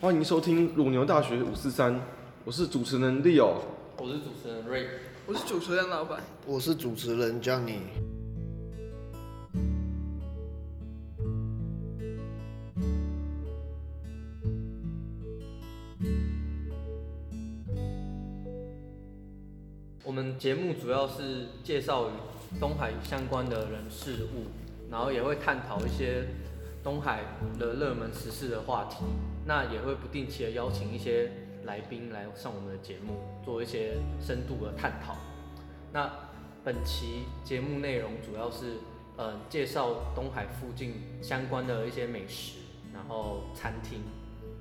欢迎收听乳牛大学五四三，我是主持人 Leo。我是主持人 Ray，我是主持人老板，我是主持人 Johnny。我们节目主要是介绍与东海相关的人事物，然后也会探讨一些东海的热门时事的话题。那也会不定期的邀请一些来宾来上我们的节目，做一些深度的探讨。那本期节目内容主要是呃介绍东海附近相关的一些美食，然后餐厅。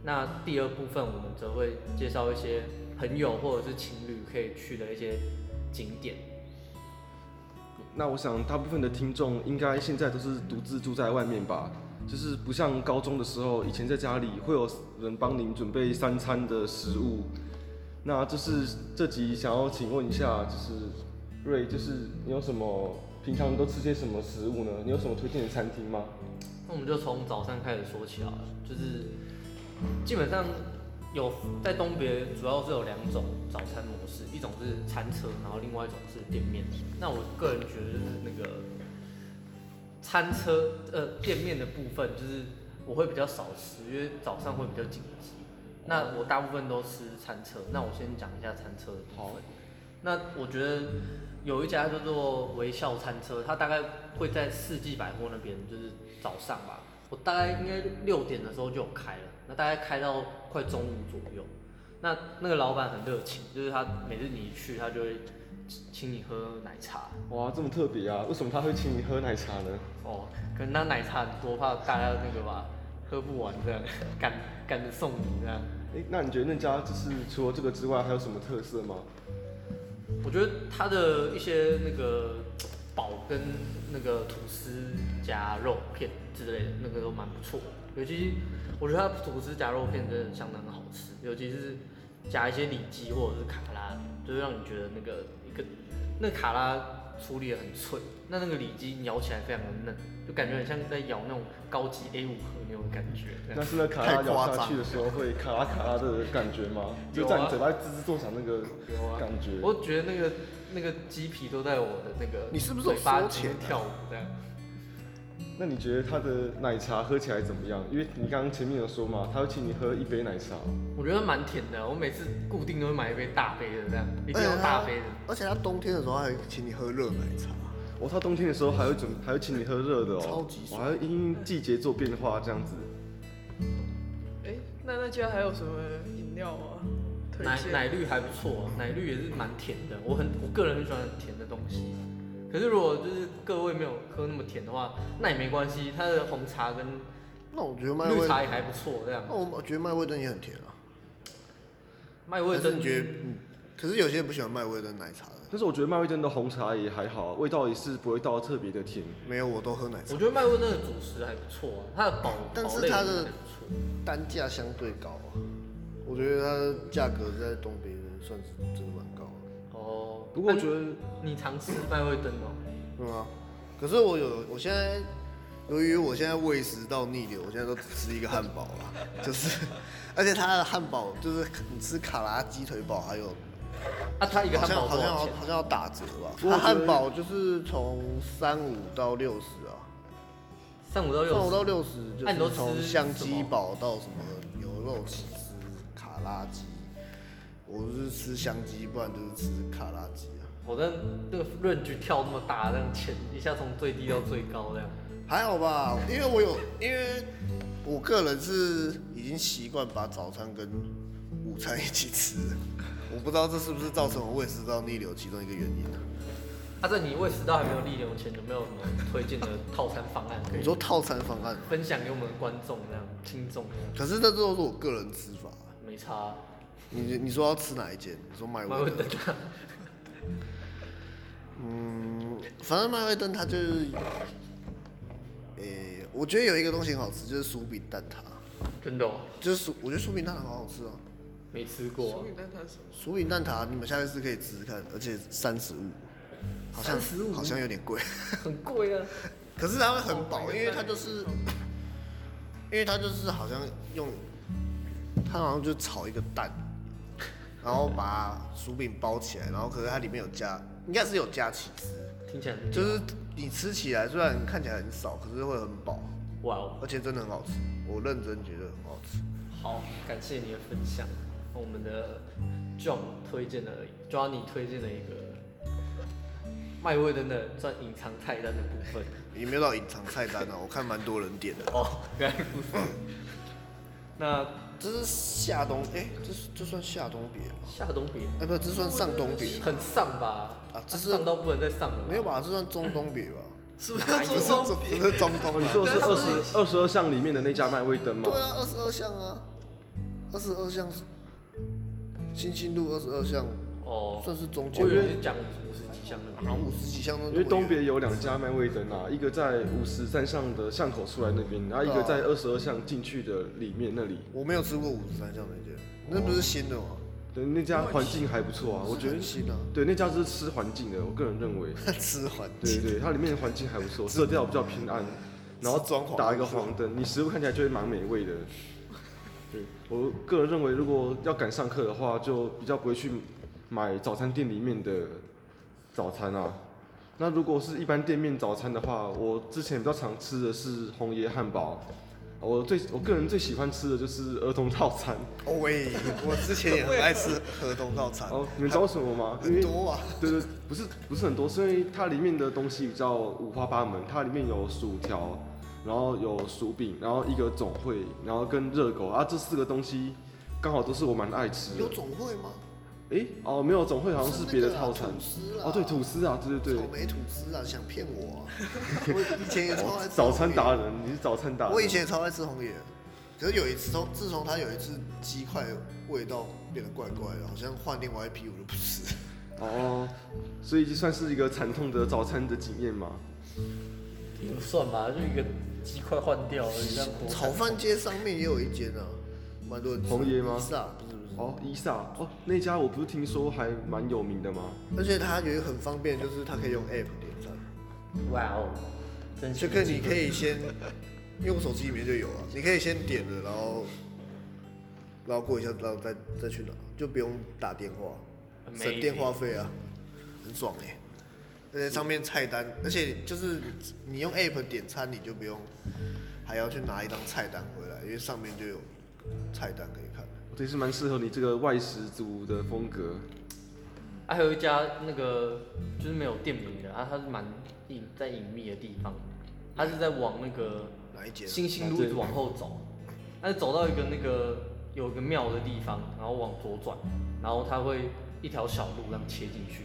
那第二部分我们则会介绍一些朋友或者是情侣可以去的一些景点。那我想大部分的听众应该现在都是独自住在外面吧，就是不像高中的时候，以前在家里会有人帮您准备三餐的食物。那就是这集想要请问一下，就是瑞，就是你有什么平常都吃些什么食物呢？你有什么推荐的餐厅吗？那我们就从早上开始说起好了，就是基本上有在东别主要是有两种早餐模式，一种是餐车，然后另外一种是店面。那我个人觉得就是那个餐车呃店面的部分，就是我会比较少吃，因为早上会比较紧急。那我大部分都吃餐车，那我先讲一下餐车的部分。那我觉得有一家叫做微笑餐车，它大概会在四季百货那边，就是早上吧。我大概应该六点的时候就有开了，那大概开到快中午左右。那那个老板很热情，就是他每次你一去，他就会请你喝奶茶。哇，这么特别啊！为什么他会请你喝奶茶呢？哦，可能他奶茶很多，怕大家那个吧喝不完这样， 赶赶着送你这样。诶，那你觉得那家就是除了这个之外还有什么特色吗？我觉得它的一些那个堡跟那个吐司夹肉片之类的，那个都蛮不错的。尤其我觉得它吐司夹肉片真的相当好吃，尤其是夹一些里脊或者是卡拉，就是让你觉得那个一个那卡拉处理的很脆，那那个里脊咬起来非常的嫩，就感觉很像在咬那种高级 A 五和牛的感觉。啊这样那是那卡拉咬下去的时候会卡拉卡拉的感觉吗？啊就在你嘴巴滋滋作响那个有啊感觉。我觉得那个那个鸡皮都在我的那个你是不是有嘴巴收前钱啊跳舞这样。那你觉得它的奶茶喝起来怎么样？因为你刚刚前面有说嘛，他会请你喝一杯奶茶。我觉得蛮甜的，我每次固定都会买一杯大杯的，这样一定要大杯的。而且他冬天的时候还请你喝热奶茶，哦，他冬天的时候还会准，还会请你喝热的哦，超级我爽还要因季节做变化这样子。哎、那那家还有什么饮料啊？推奶荐奶绿还不错、奶绿也是蛮甜的。我很我个人很喜欢甜的东西。可是如果就是各位没有喝那么甜的话，那也没关系。它的红茶跟那我觉得麦绿味，嗯茶也还不错，这样那。我觉得麦味登也很甜啊。麦味但是登你觉得，嗯，可是有些人不喜欢麦味登奶茶的，但是我觉得麦味登的红茶也还好，啊味道也是不会到特别的甜。没有我都喝奶茶我，觉得麦味登的主食还不错、啊，它的堡但堡是类它也的还不错。单价相对高啊。我觉得它的价格在东北人算是真的蛮高的，哦，不过我那觉得你常吃麦味登吗？对吗？可是我有，我现在由于我现在胃食道逆流，我现在都只吃一个汉堡了，就是， 而且它的汉堡就是你吃卡拉鸡腿堡还有啊，它一个好汉像堡好多像少好钱？啊好像要打折吧？我觉得它汉堡就是从三五到六十啊，三五到六三五十。到六十就那你都是吃从香什么鸡堡到什么牛肉起司、卡拉鸡，我是吃香鸡，不然就是吃卡拉鸡啊。我的那个论据跳那么大，这样前一下从最低到最高这样。还好吧，因为我有，因为我个人是已经习惯把早餐跟午餐一起吃了，我不知道这是不是造成我胃食道逆流其中一个原因啊。啊，在你胃食道还没有逆流前，有没有什么推荐的套餐方案可你以说套餐方案，分享给我们的观众这样听众这样？可是那都是我个人吃法啊、没差啊，你你说要吃哪一间？你说麦蛮会味等登？的。嗯，反正麦味登它就是，诶、我觉得有一个东西很好吃，就是薯饼蛋挞，真的、哦，就是薯，我觉得薯饼蛋挞好好吃啊。没吃过薯。饼蛋挞什么？薯饼蛋挞，你们下一次可以吃吃看，而且三十五，好像35好像有点贵，很贵啊，可是它会很哦饱，那 个因为蛋它就是，因为它就是好像用它好像就炒一个蛋，然后把薯饼包起来，然后可是它里面有加，应该是有加起司，听起来很就是你吃起来虽然看起来很少，可是会很饱，哇哦，而且真的很好吃，我认真觉得很好吃。好，感谢你的分享。我们的 John 推荐了，Johnny 推荐了一个麦味登的算隐藏菜单的部分。也没有到隐藏菜单啊，我看蛮多人点的。哦，原来如此。那这是夏冬，哎、这是这算夏冬别吗？夏东别哎、不，这算上冬别。很上吧？啊这是上到不能再上了吧。没有吧？这算中冬别吧？是不是要做双这这是中哦，冬你啊。说的是二十二十二项里面的那家麦味登吗对？啊，二十二巷啊，二十二巷，新兴路二十二巷哦，算是中间我以为吗，是讲五十几项那然后边。五十几巷那么因为东远别有两家麦味登啊，一个在五十三巷的巷口出来那边，然后一个在二十二巷进去的里面那里。我没有吃过五十三巷那间，那不是新的吗？对，那家环境还不错啊，我觉得是很。新啊，对，那家是吃环境的，我个人认为。吃环对境。对对，它里面的环境还不错，色调比较偏暗，然后是装潢打一个黄灯，你食物看起来就会蛮美味的。对我个人认为，如果要赶上课的话，就比较不会去买早餐店里面的早餐啊。那如果是一般店面早餐的话，我之前比较常吃的是红爷汉堡。我最我个人最喜欢吃的就是儿童 套餐。哦喂，我之前也很爱吃河东套餐，哦，你们知道为什么吗？因很为多啊。对对，不是不是很多，是因为它里面的东西比较五花八门，它里面有薯条，然后有薯饼，然后一个总会，然后跟热狗啊，这四个东西刚好都是我蛮爱吃有的。总会吗？诶，哦，没有总会好像是别的套餐是那个啊。哦，吐司啦对，吐司啊，对对草对，莓吐司啊，想骗我啊！ 我以前也超爱吃早餐红达野，人，你是早餐达人。我以前也超爱吃红野，可是有一次，从自从他有一次鸡块味道变得怪怪的，好像换另外一批我就不吃。哦，所以就算是一个惨痛的早餐的经验嘛。也不算吧，就一个鸡块换掉而已，让炒饭街上面也有一间啊，蛮多人吃哦红野吗是啊，不是不是。哦，伊萨，哦，那家我不是听说还蛮有名的吗？而且它有一个很方便，就是它可以用 app 点餐，哇哦，真就跟你可以先，因为我手机里面就有啊，你可以先点了，然后，然后过一下，然后再再去拿，就不用打电话。省电话费啊，很爽哎、而且上面菜单，而且就是你用 app 点餐，你就不用还要去拿一张菜单回来，因为上面就有菜单可以看。这也是蛮适合你这个外食族的风格。啊还有一家那个就是没有店名的，啊，它是蛮隐在隐秘的地方，它是在往那个哪一间？啊新兴路一直往后走，但是走到一个那个有一个庙的地方，然后往左转，然后它会一条小路让切进去，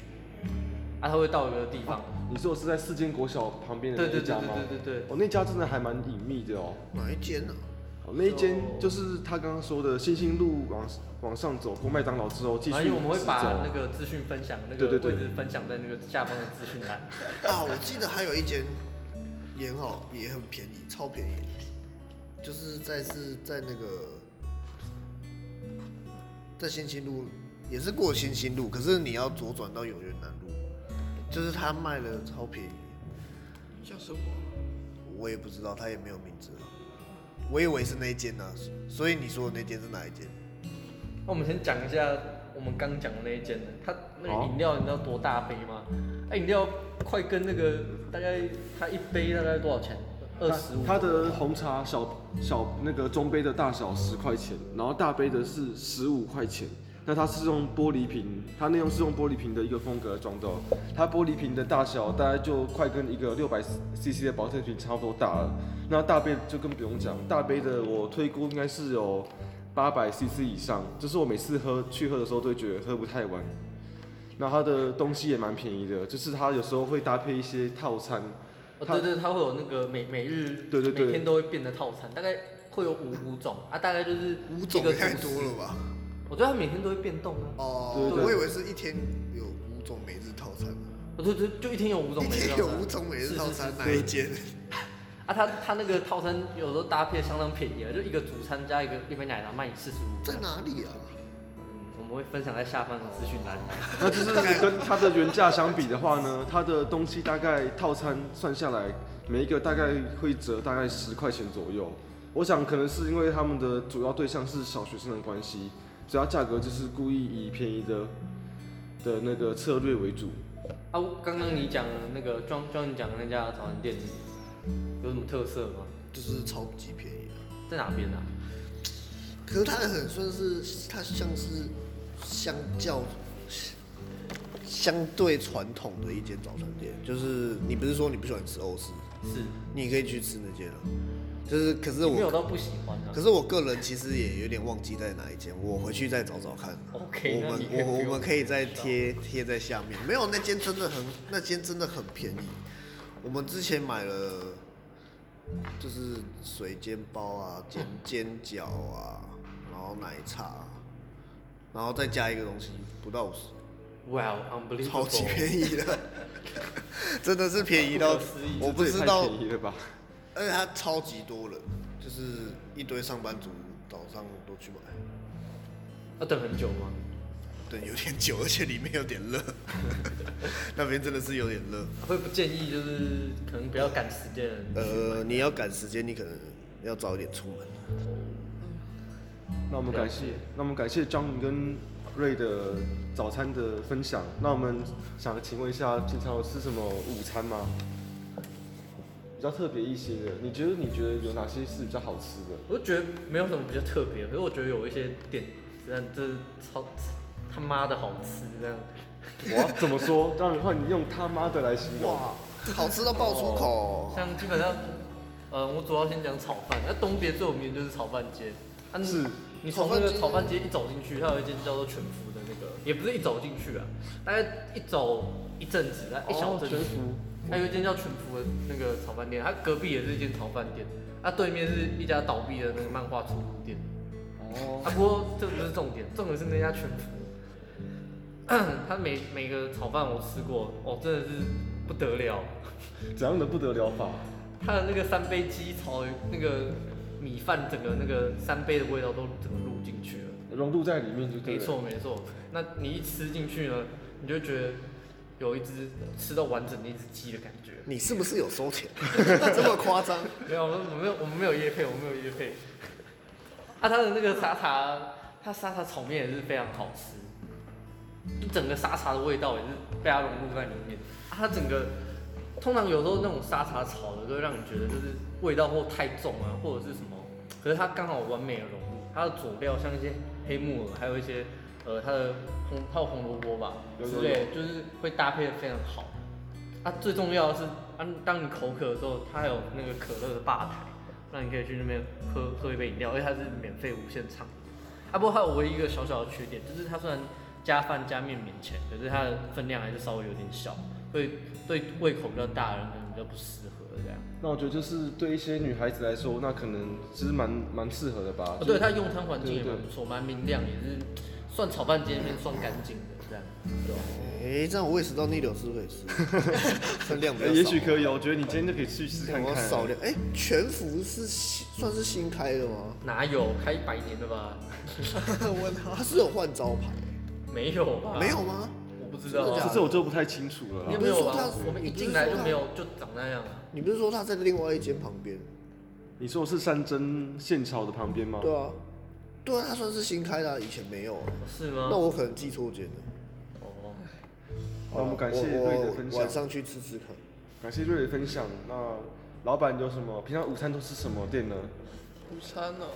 啊，它会到一个地方，你说的是在四间国小旁边的对那对一对家对吗？对对对，哦，那家真的还蛮隐秘的哦。哪一间啊呢、哦那一间就是他刚刚说的新兴路往往上走过麦当劳之后，继续反哎正我们会直把走那个资讯分享那个对位对对置分享在那个下方的资讯栏。 啊？啊，我记得还有一间也很好，也很便宜，超便宜，就是在是在那个在新兴路，也是过新兴路，可是你要左转到有源南路，就是他卖的超便宜。叫什么？我也不知道，他也没有名字了。我以为是那一间呢、所以你说的那间是哪一间？那我们先讲一下我们刚讲的那一间的，它那好个饮料你知道多大杯吗？哎，饮料快跟那个大概它一杯大概多少钱？二十五。它的红茶小小那个中杯的大小十块钱，然后大杯的是十五块钱。那它是用玻璃瓶，它那用是用玻璃瓶的一个风格装的哦，它玻璃瓶的大小大概就快跟一个六百 CC 的保特瓶差不多大了。那大杯就更不用讲，大杯的我推估应该是有八百 CC 以上，就是我每次喝去喝的时候都会觉得喝不太完。那它的东西也蛮便宜的，就是它有时候会搭配一些套餐，哦，对对，它会有那个每每日对对对每天都会变的套餐，大概会有五五种啊，大概就是五一种个也太主食多了吧？我觉得它每天都会变动啊，哦，对对我以为是一天有五种每日套餐，啊我就哦就就一天有五种一每日天有五套餐种每是日是套是餐是哪一间？啊，它它那个套餐有时候搭配相当便宜啊，就一个主餐加一个一杯奶茶卖你四十五，在哪里啊？嗯我们会分享在下方的资讯栏。那就是你跟它的原价相比的话呢，它的东西大概套餐算下来，每一个大概会折大概十块钱左右。我想可能是因为他们的主要对象是小学生的关系，主要价格就是故意以便宜的的那个策略为主。啊，我刚刚你讲的那个庄庄你讲的那家早餐店有什么特色吗？就是超级便宜啊。在哪边啊？可是它很算是，它像是相较相对传统的一间早餐店，就是你不是说你不喜欢吃欧式，是，你可以去吃那间啊。就是可是没有我，到不喜欢啊可。是我个人其实也有点忘记在哪一间，我回去再找找看。 OK，我那们你可以不我用我们可以再知道贴贴在下面。没有那间真的很，那间真的很便宜。我们之前买了，就是水煎包啊、煎煎饺啊，然后奶茶，然后再加一个东西，不到五十， Wow，unbelievable，超级便宜的， 真的是便宜到不可思议我不这也知太道便宜了吧？而且它超级多人，就是一堆上班族早上都去买，要等很久吗？对，有点久，而且里面有点热， 那边真的是有点热。会不建议就是可能不要赶时间的人。呃，你要赶时间，你可能要早一点出门。那我们感谢了解，那我们感谢张跟瑞的早餐的分享。那我们想请问一下，平常有吃什么午餐吗？比较特别一些的，你觉得你觉得有哪些是比较好吃的？我就觉得没有什么比较特别，可是我觉得有一些店真的真的超他妈的好吃这样。哇，怎么 说？当然话，你用他妈的来形容。哇，好吃到爆粗口哦！像基本上，呃，我主要先讲炒饭。那东别最有名的就是炒饭街，啊，你是你从那个炒饭街一走进去，它有一间叫做全福的那个，也不是一走进去啊，大概一走一阵子，那一哎小哦，阵子全，福。还有一间叫全福的那个炒饭店，它隔壁也是一间炒饭店，它对面是一家倒闭的那个漫画宠物店。哦，啊，不过这不是重点，重点是那家全福， 它每每个炒饭我吃过，哦，真的是不得了。怎样的不得了法？它的那个三杯鸡炒那个米饭，整个那个三杯的味道都整个入进去了。融入在里面就对没了。错没错，那你一吃进去呢，你就觉得有一只吃到完整的一只鸡的感觉。你是不是有收钱？ 这么夸张？没有，我们没有，我们没有叶配，我们没有叶配。啊，它的那个沙茶，它沙茶炒面也是非常好吃，一整个沙茶的味道也是被它融入在里面。啊，它整个通常有时候那种沙茶炒的，都会让你觉得就是味道或太重啊，或者是什么，可是它刚好完美的融入，它的佐料像一些黑木耳，还有一些呃它的红还有红萝卜吧有之有类的，就是会搭配的非常好。啊，最重要的是，啊，当你口渴的时候，它还有那个可乐的吧台，让你可以去那边喝喝一杯饮料，而且它是免费无限畅饮。啊，不过它有唯一一个小小的缺点，就是它虽然加饭加面勉强，可是它的分量还是稍微有点小，会对胃口比较大的人可能比较不适合这样。那我觉得就是对一些女孩子来说，那可能其实蛮蛮适合的吧。哦，对，它用餐环境也蛮不错，蛮明亮，也是算炒饭街那边算干净的这样。对吧哎，这样我胃食道逆流是不是可以吃？ 分量比较呃少。也许可以哦，我觉得你今天就可以去试看啊我看。少量。哎，全福是新算是新开的吗？哪有开一百年的吧？ 我啊它是有换招牌，没有吧？没有，吗？我不知道真的假啊这的。这我就不太清楚了啦你有。没有你不是说吧它？我们一你不是进来说就它没有，就长那样啊。你不是说它在另外一间旁边？你说是山珍现炒的旁边哦吗？对啊，对啊，它算是新开的啊，以前没有啊。是吗？那我可能记错间了。哦，那我们感谢好啦我瑞的我分晚享，上去吃吃看。感谢瑞的分享。那老板有什么？平常午餐都吃什么店呢？午餐哦、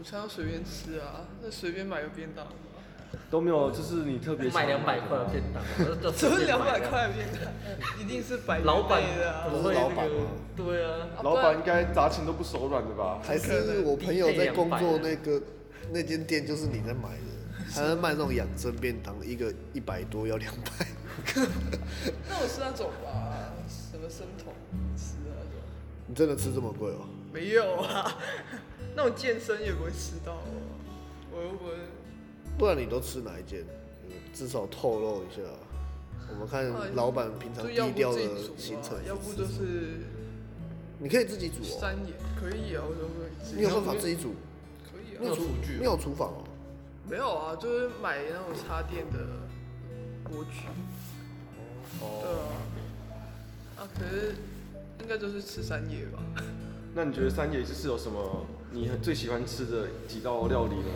午餐要随便吃啊，那随便买个便当吧，都没有，就是你特别卖想两百块的的便吗 当，这这只随有便两买百的。块的便当，一定是百元老板内的啊怎。么会老板那个吗？对啊，哦啊老不板然应该砸钱都不手软的吧？还是我朋友在啊工作那个那间店，就是你在买的，他在卖那种养生便当，一个一百多要两百。 那我是那种吧，什么生酮吃那种，你真的吃这么贵哦？没有啊， 那种健身也不会吃到啊，我又不会。不然你都吃哪一间？你至少透露一下，啊我们看老板平常哎就要低不调自的己煮行啊程，要不就是你可以自己煮哦。三也可以啊，我都会自你己有办法自己煮？可你以啊，有那厨具哦你有厨房哦？没有啊，就是买那种插电的锅具，对哦，啊，啊可是应该就是吃三叶吧，那你觉得三野就是有什么你很最喜欢吃的几道料理呢？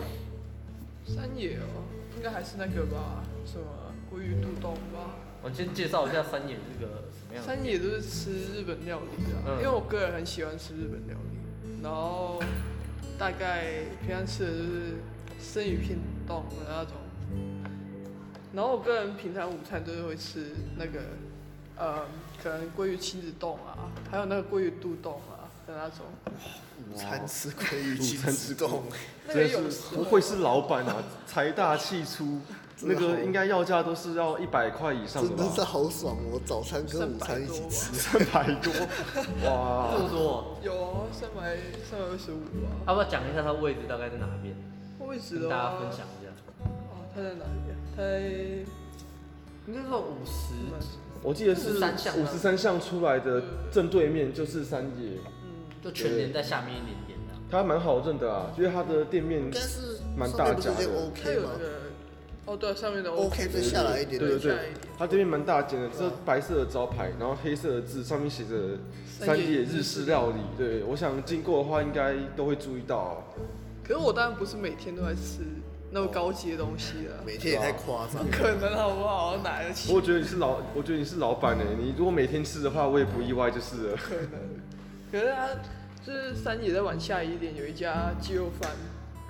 山野哦，应该还是那个吧，什么鲑鱼肚冻吧。我先介绍一下三野是个什么样的。山野就是吃日本料理的、啊，嗯因为我个人很喜欢吃日本料理，然后大概平常吃的就是生鱼片冻的那种，然后我个人平常午餐就是会吃那个，呃，可能鲑鱼亲子冻啊，还有那个鲑鱼肚冻啊的那种，午餐吃鲑鱼哦午餐亲吃子冻，那真个的是有时不候愧是老板啊， 财大气粗，真那的好个应该要价都是要一百块以上真吧的是？好爽！我早餐跟午餐一起吃，三百多，哇这！么多，有啊，三百三百二十五吧，要不要讲一下它位置大概在哪边，位置跟的大家话分享一下？哦，它在哪里、啊？它在应该说五十，我记得是53巷啊五吗十三巷出来的正对面就是三野，嗯，就全年在下面一点啊点的。它蛮好认的啊，因为它的店面应该是蛮上大面不家是的有它 OK 有吗那个，哦对，上面的？OK 再下来一点嗯对对点，对下一点，它这边蛮大间的，这白色的招牌，然后黑色的字上面写着三野日式料理。对，我想经过的话应该都会注意到 啊、可是我当然不是每天都在吃那么高级的东西啊了，每天也太夸张了。不可能好不好？哪得起？我觉得你是老，我觉得你是老板哎、你如果每天吃的话，我也不意外就是 了。可能。可是它就是三野再往下一点有一家鸡肉饭，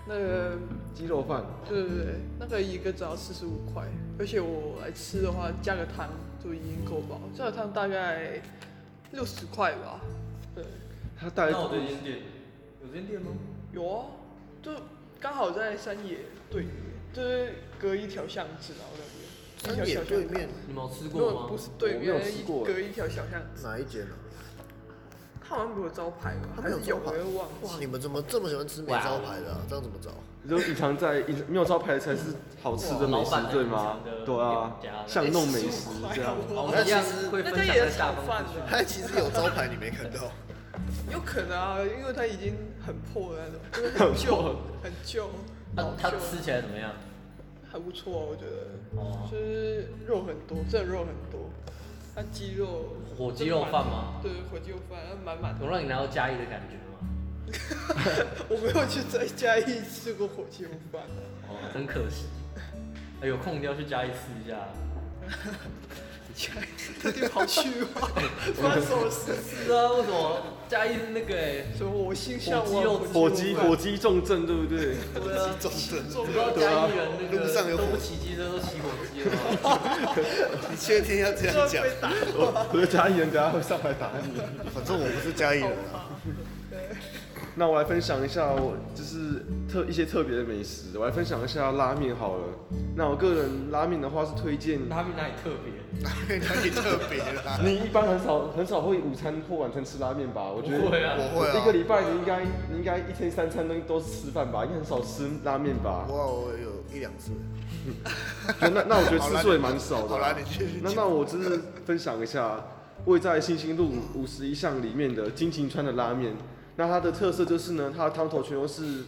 那个鸡肉饭，对对对，那个一个只要四十五块，而且我来吃的话加个汤就已经够饱，加个汤大概六十块吧。对，它带那我这间店有这间店吗？有啊，就刚好在山野对面，就是隔一条巷子然后那边。三野对面你们有吃如过果吗？不是对我没有面吃过，隔一条小巷子，哪一间啊？它好像没有招牌吧？它还没有是有，招牌我又忘哇， 记。你们怎么这么喜欢吃没招牌的啊？这样怎么找？就隐藏在隐没有招牌才是好吃的美食哇老板，对吗还隐藏？着对啊店家，巷弄美 食15块这样。好我我们一样哦会那分家享也在是炒下方饭资讯的，它其实有招牌，你没看 到。有可能啊，因为它已经很破的那种，就是很旧，很旧，它老它旧吃起来怎么样？还不错啊，我觉得。哦，就是肉很多，真的肉很多。它鸡肉火鸡肉饭吗？对，火鸡肉饭，它满满的。有让你来到嘉义的感觉吗？ 我没有去在嘉义吃过火鸡肉饭啊、哦，真可惜。哎有空一定要去嘉义吃一下。 嘉义特地跑去吗？ 发生什么事？是啊，为什么嘉义是那个哎？什么我心向火鸡肉往火鸡鸡肉饭火鸡重症对不对？对啊，重症，重不要要嘉嘉义人那路上个有都火不骑机车，都骑火机了。你确定要这就样讲？会被打，我的家里人等下会上来打你。反正我不是嘉义人啊。好那我来分享一下我就是特一些特别的美食，我来分享一下拉面好了。那我个人拉面的话是推荐，拉面哪里特别？ 哪里特别啦？你一般很少很少会午餐或晚餐吃拉面吧？我觉不得会啊，我会一个啊，礼拜你应该你应该一天三餐都都吃饭吧，应该很少吃拉面吧？我我有一两次。那那那我觉得好次啦数也蛮少的。啊好啦，你继续那那我只是分享一下，位在新兴路五十一巷里面的金晴川的拉面。那它的特色就是呢，它的汤头全都是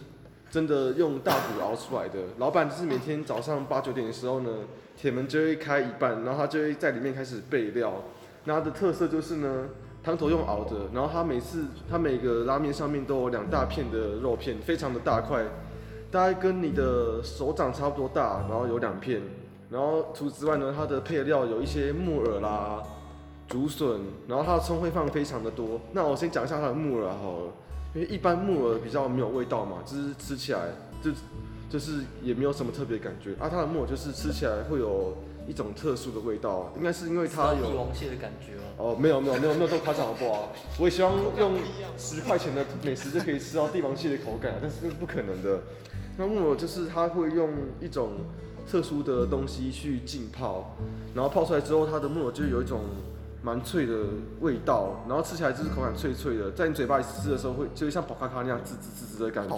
真的用大骨熬出来的。老板就是每天早上八九点的时候呢，铁门就会开一半，然后他就会在里面开始备料。那它的特色就是呢，汤头用熬的，然后它每次它每个拉面上面都有两大片的肉片，非常的大块，大概跟你的手掌差不多大，然后有两片。然后除此之外呢，它的配料有一些木耳啦、竹笋，然后它的葱会放非常的多。那我先讲一下它的木耳好了，因为一般木耳比较没有味道嘛，就是吃起来就就是也没有什么特别感觉。啊，它的木耳就是吃起来会有一种特殊的味道，啊应该是因为它帝有王蟹的感觉哦。哦，没有没有没有没有这么夸张好不好？我也希望用十块钱的美食就可以吃到帝王蟹的口感，啊但是那是不可能的。那木耳就是它会用一种特殊的东西去浸泡，然后泡出来之后，它的木耳就有一种蛮脆的味道，然后吃起来就是口感脆脆的，在你嘴巴里吃的时候会就像宝咖咖那样滋滋滋滋的感觉，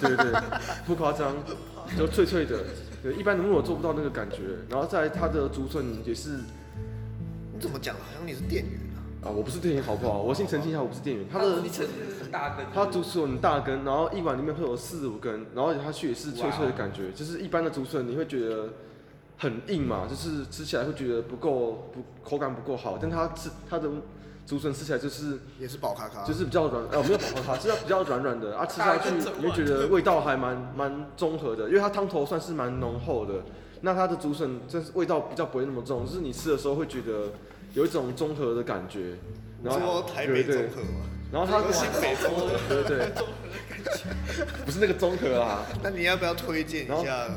对对对，不夸张，就脆脆的。对，一般的木耳做不到那个感觉。然后再来它的竹笋也是你怎么讲？好像你是店员啊。啊，我不是店员好不好？我先澄清一下，我不是店员。它的你很大根，它竹笋很大根，然后一碗里面会有四五根，然后它去也是脆脆的感觉，就是一般的竹笋你会觉得很硬嘛，就是吃起来会觉得不够不口感不够好，但它吃它的竹笋吃起来就是也是宝咖咖，就是比较软，呃，没有宝宝卡，就是它比较软软的啊，吃下去你会觉得味道还蛮蛮综合的，因为它汤头算是蛮浓厚的，那它的竹笋真是味道比较不会那么重，就是你吃的时候会觉得有一种综合的感觉，然后说台对北综对，合嘛，然后它说新北综合。对对对，不是那个综合啊， 那你要不要推荐然后一下？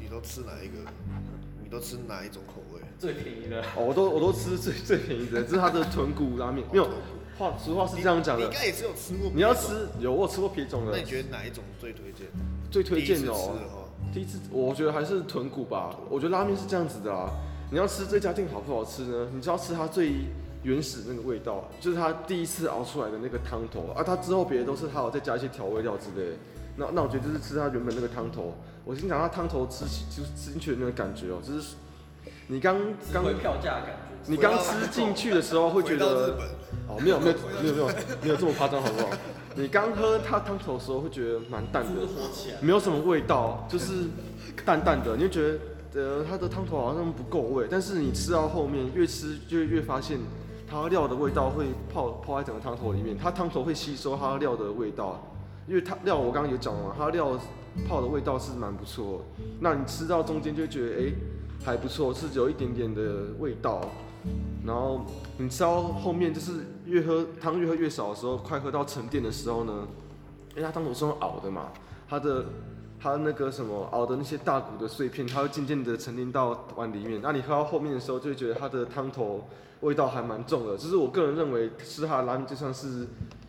你都吃哪一个？你都吃哪一种口味？最便宜的，哦，我都我都吃最最便宜的，这是它的豚骨拉面，没有，话俗话是这样讲你的应，该也是有吃过。你要？吃有我有吃过啤种那的你，觉得哪一种最推荐？最推第荐一次的吃哦。的话，第一次我觉得还是豚骨吧，我觉得拉面是这样子的啊，你要吃这家店好不好吃呢？你就要吃它最原始那个味道，就是它第一次熬出来的那个汤头啊，它之后别的都是它有再加一些调味料之类的。那那我觉得就是吃它原本那个汤头，我心想它汤头吃起就是吃进去的那个感觉哦，就是你刚刚回票价感觉。你刚吃进去的时候会觉回到日得本，哦没有没有没有没有没有这么夸张好不好？你刚喝它汤头的时候会觉得蛮淡的，猪火起来，没有什么味道，就是淡淡的，你就觉得呃它的汤头好像不够味，但是你吃到后面越吃就越发现它料的味道会泡泡在整个汤头里面，它汤头会吸收它料的味道，啊因为它料我刚刚有讲嘛，它料泡的味道是蛮不错，那你吃到中间就会觉得哎、诶还不错，是有一点点的味道。啊然后你吃到后面就是越喝汤越喝越少的时候，快喝到沉淀的时候呢，因为它汤头是用熬的嘛，它的它那个什么熬的那些大骨的碎片，它会渐渐的沉淀到碗里面。那你喝到后面的时候，就会觉得它的汤头味道还蛮重的。就是我个人认为，吃它的拉面就像是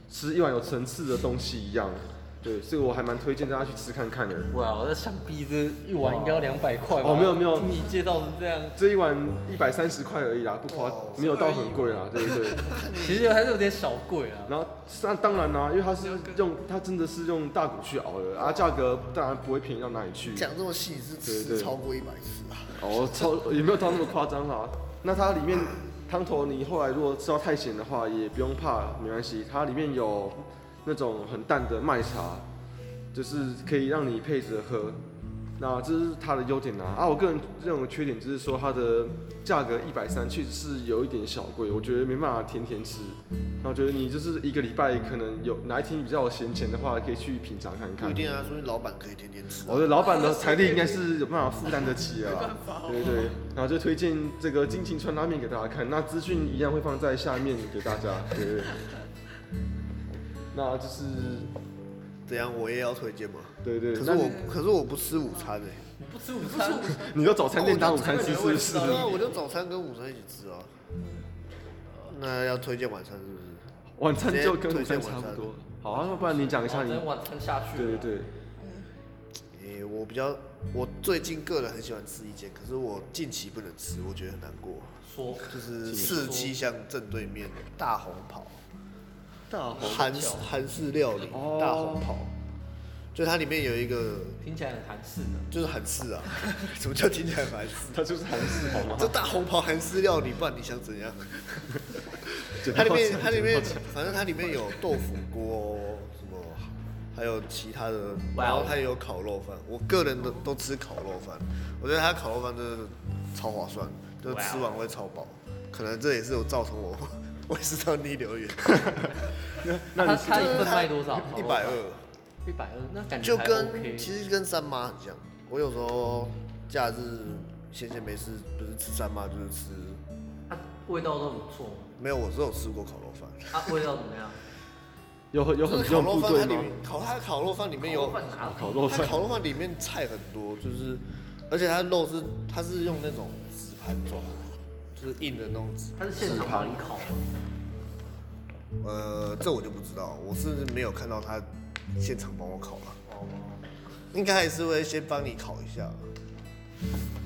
吃一碗有层次的东西一样。对，所以我还蛮推荐大家去吃看看的。哇！我在想，逼这一碗应该要两百块吧？哦没有没有你介绍成这样，这一碗一百三十块而已啦，不夸哇，没有到很贵啦，对不对？其实还是有点小贵啊。然后那当然啦、因为它是用它真的是用大骨去熬的，啊，价格当然不会便宜到哪里去。讲这么细是对对吃超过一百次啊。哦，超也没有到那么夸张啦。那它里面汤头，你后来如果吃到太咸的话，也不用怕，没关系。它里面有那种很淡的麦茶，就是可以让你配着喝。那这是它的优点啊。啊，我个人认为缺点就是说它的价格一百三确实是有一点小贵，我觉得没办法天天吃。那我觉得你就是一个礼拜可能有哪一天比较有闲钱的话，可以去品尝看不看一。定啊，说明老板可以天天吃啊。我的老板 的财力应该是有办法负担得起的啦，对对对，然后就推荐这个金晴川拉面给大家看，那资讯一样会放在下面给大家，对对对。 那就是怎样？我也要推荐吗？对对，可是那我你可是我不吃午餐哎。你不吃午餐，你都早餐哦店当午餐吃是不是？嗯对啊，我就早餐跟午餐一起吃啊。那要推荐晚餐是不是？晚餐就跟午餐差不多。好啊，要不然你讲一下哦你真，晚餐下去对对了。对，诶、我比较，我最近个人很喜欢吃一间，可是我近期不能吃，我觉得很难过。说就是请四七巷正对面大红袍，大韩式韩式料理哦大红袍，就它里面有一个听起来很韩式呢。就是韩式 啊，什么叫听起来韩式？它就是韩式好吗？这大红袍韩式料理，不然你想怎样？ 简它单里面讲它里面反正它里面有豆腐锅，什么还有其他的，哇哦然后它也有烤肉饭。我个人都都吃烤肉饭，我觉得它烤肉饭真的超划算，就是哇哦吃完会超饱。可能这也是有造成我胃食道逆流原因，那他你他一份卖多少？一百，二，一百二，那感觉就还跟 OK 其实跟三妈很像。我有时候假日闲闲没事，不是吃三妈就是吃，啊味道都很不错嘛没有我只有吃过烤肉饭。啊，味道怎么样？有很有就很是有部烤肉饭它队里吗面？烤它的烤肉饭里面有烤肉饭哪烤肉它饭烤肉饭里面菜很多，就是而且它肉是它是用那种纸盘装，就是硬的那种纸。它是现场帮你烤吗？呃，这我就不知道，我是没有看到他现场帮我烤了，哦，应该还是会先帮你烤一下。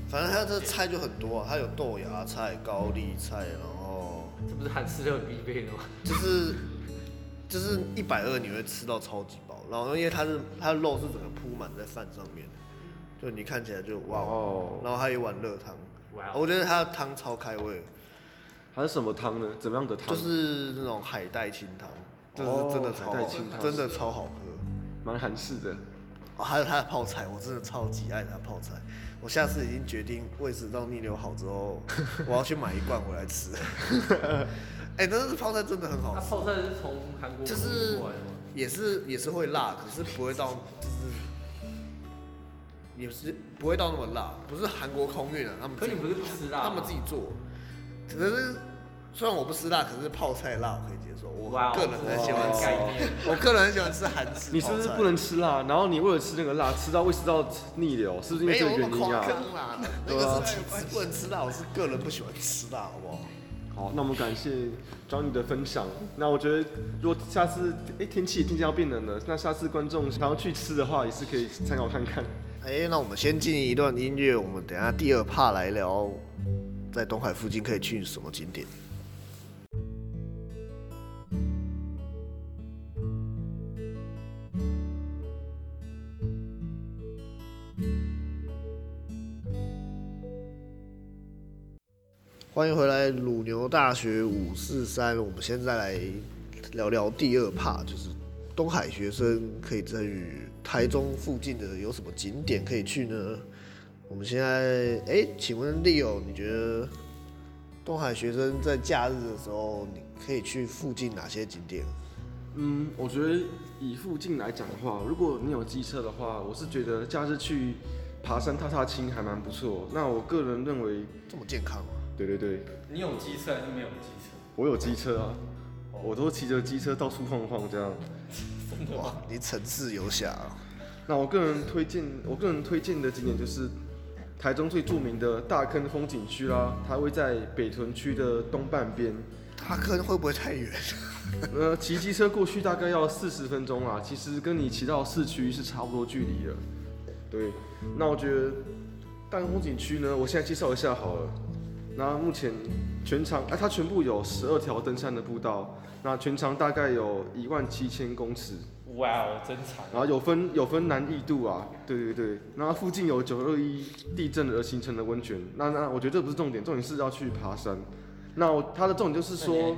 反正它这菜就很多啊，它有豆芽菜、高丽菜，然后这不是韩式料理必备的吗？就是就是一百二你会吃到超级饱，然后因为它是它的肉是整个铺满在饭上面的，就你看起来就哇哦，哦，然后还有一碗热汤，哇哦我觉得它的汤超开胃，还是什么汤呢？怎么样的汤？哦就是那种海带清汤，这是真的海超好带喝清汤真的超好喝。蛮韩式的。哦，还有它的泡菜，我真的超级爱它的泡菜。我下次已 经决定胃食道逆流好之后，我要去买一罐回来吃。哎、 哎、但是泡菜真的很好它吃，泡菜是从韩国就是过来的吗？也是也是会辣，可是不会到就是也是不会到那么辣，不是韩国空运啊，他们可自己你不是不吃辣吗？他们自己做，只是虽然我不吃辣，可是泡菜辣我可以接受，我哇，哦个人这很是喜欢吃，概念。我个人很喜欢吃韩式泡菜。你是不是不能吃辣？然后你为了吃那个辣，吃到胃食道逆流，是不是因为没这有个那原么因夸啊？张啦，那对个啊是体质不能吃辣，我是个人不喜欢吃辣，好不好？好，那我们感谢 Johnny 的分享。那我觉得，如果下次哎、天气渐渐要变冷了，那下次观众想要去吃的话，也是可以参考看看。哎、那我们先进一段音乐，我们等一下第二趴来聊，在东海附近可以去什么景点。欢迎回来，乳牛大学五四三。我们现在来聊聊第二趴，就是东海学生可以在于台中附近的有什么景点可以去呢？我们现在，哎，请问 Leo，你觉得东海学生在假日的时候，你可以去附近哪些景点？嗯，我觉得以附近来讲的话，如果你有机车的话，我是觉得假日去爬山踏踏青还蛮不错。那我个人认为，这么健康吗？对对对，你有机车还是没有机车？我有机车啊，我都骑着机车到处晃晃这样。哇，你城市游侠、啊，那我个人推荐，我个人推荐的景点就是台中最著名的大坑风景区啦，它会在北屯区的东半边。大坑会不会太远？ 呃，骑机车过去大概要四十分钟啦，其实跟你骑到市区是差不多距离了。对，那我觉得大坑风景区呢，我现在介绍一下好了。那目前全长，哎、它全部有十二条登山的步道，那全长大概有一万七千公尺。哇哦，真长！然后有分有分难易度啊，对对对，然后附近有九二一地震而形成的温泉，那那我觉得这不是重点，重点是要去爬山。那我它的重点就是说，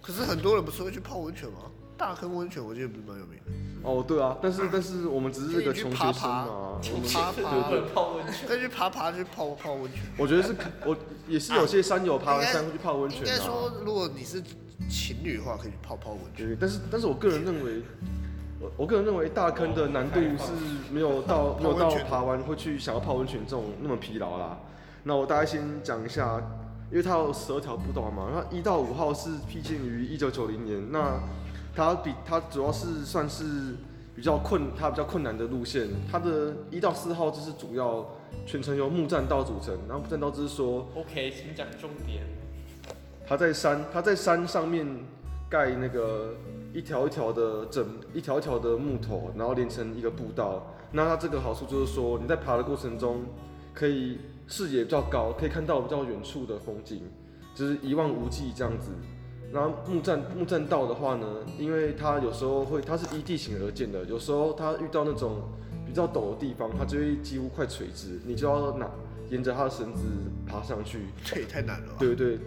可是很多人不是会去泡温泉吗？大坑温泉我记得不是蛮有名的，哦对啊，但是但是我们只是这个就你去穷爬学生爬嘛，去我们爬爬不，能泡温泉。可以去爬爬去泡泡温泉。我觉得是可，我也是有些山友爬完山会去泡温泉应该啊。说，如果你是情侣的话，可以去泡泡温泉。对，但是但是我个人认为，我我个人认为大坑的难哦度是没有 到没有泡到温泉爬完会去想要泡温泉这种那么疲劳啦。那我大概先讲一下，因为它有十二条步道嘛，然后一到五号是辟建于一九九零年，那它比它主要是算是比较困，它比较困难的路线，它的一到四号就是主要全程由木栈道组成，然后木栈道就是说 OK，请讲重点。它在山，它在山上面盖那个一条一条的整一条一条的木头，然后连成一个步道。那它这个好处就是说，你在爬的过程中，可以视野比较高，可以看到比较远处的风景，就是一望无际这样子。然后木栈木栈道的话呢，因为它有时候会它是依地形而建的，有时候它遇到那种比较陡的地方，它就会几乎快垂直，你就要拿沿着它的绳子爬上去。这也太难了吧？对对，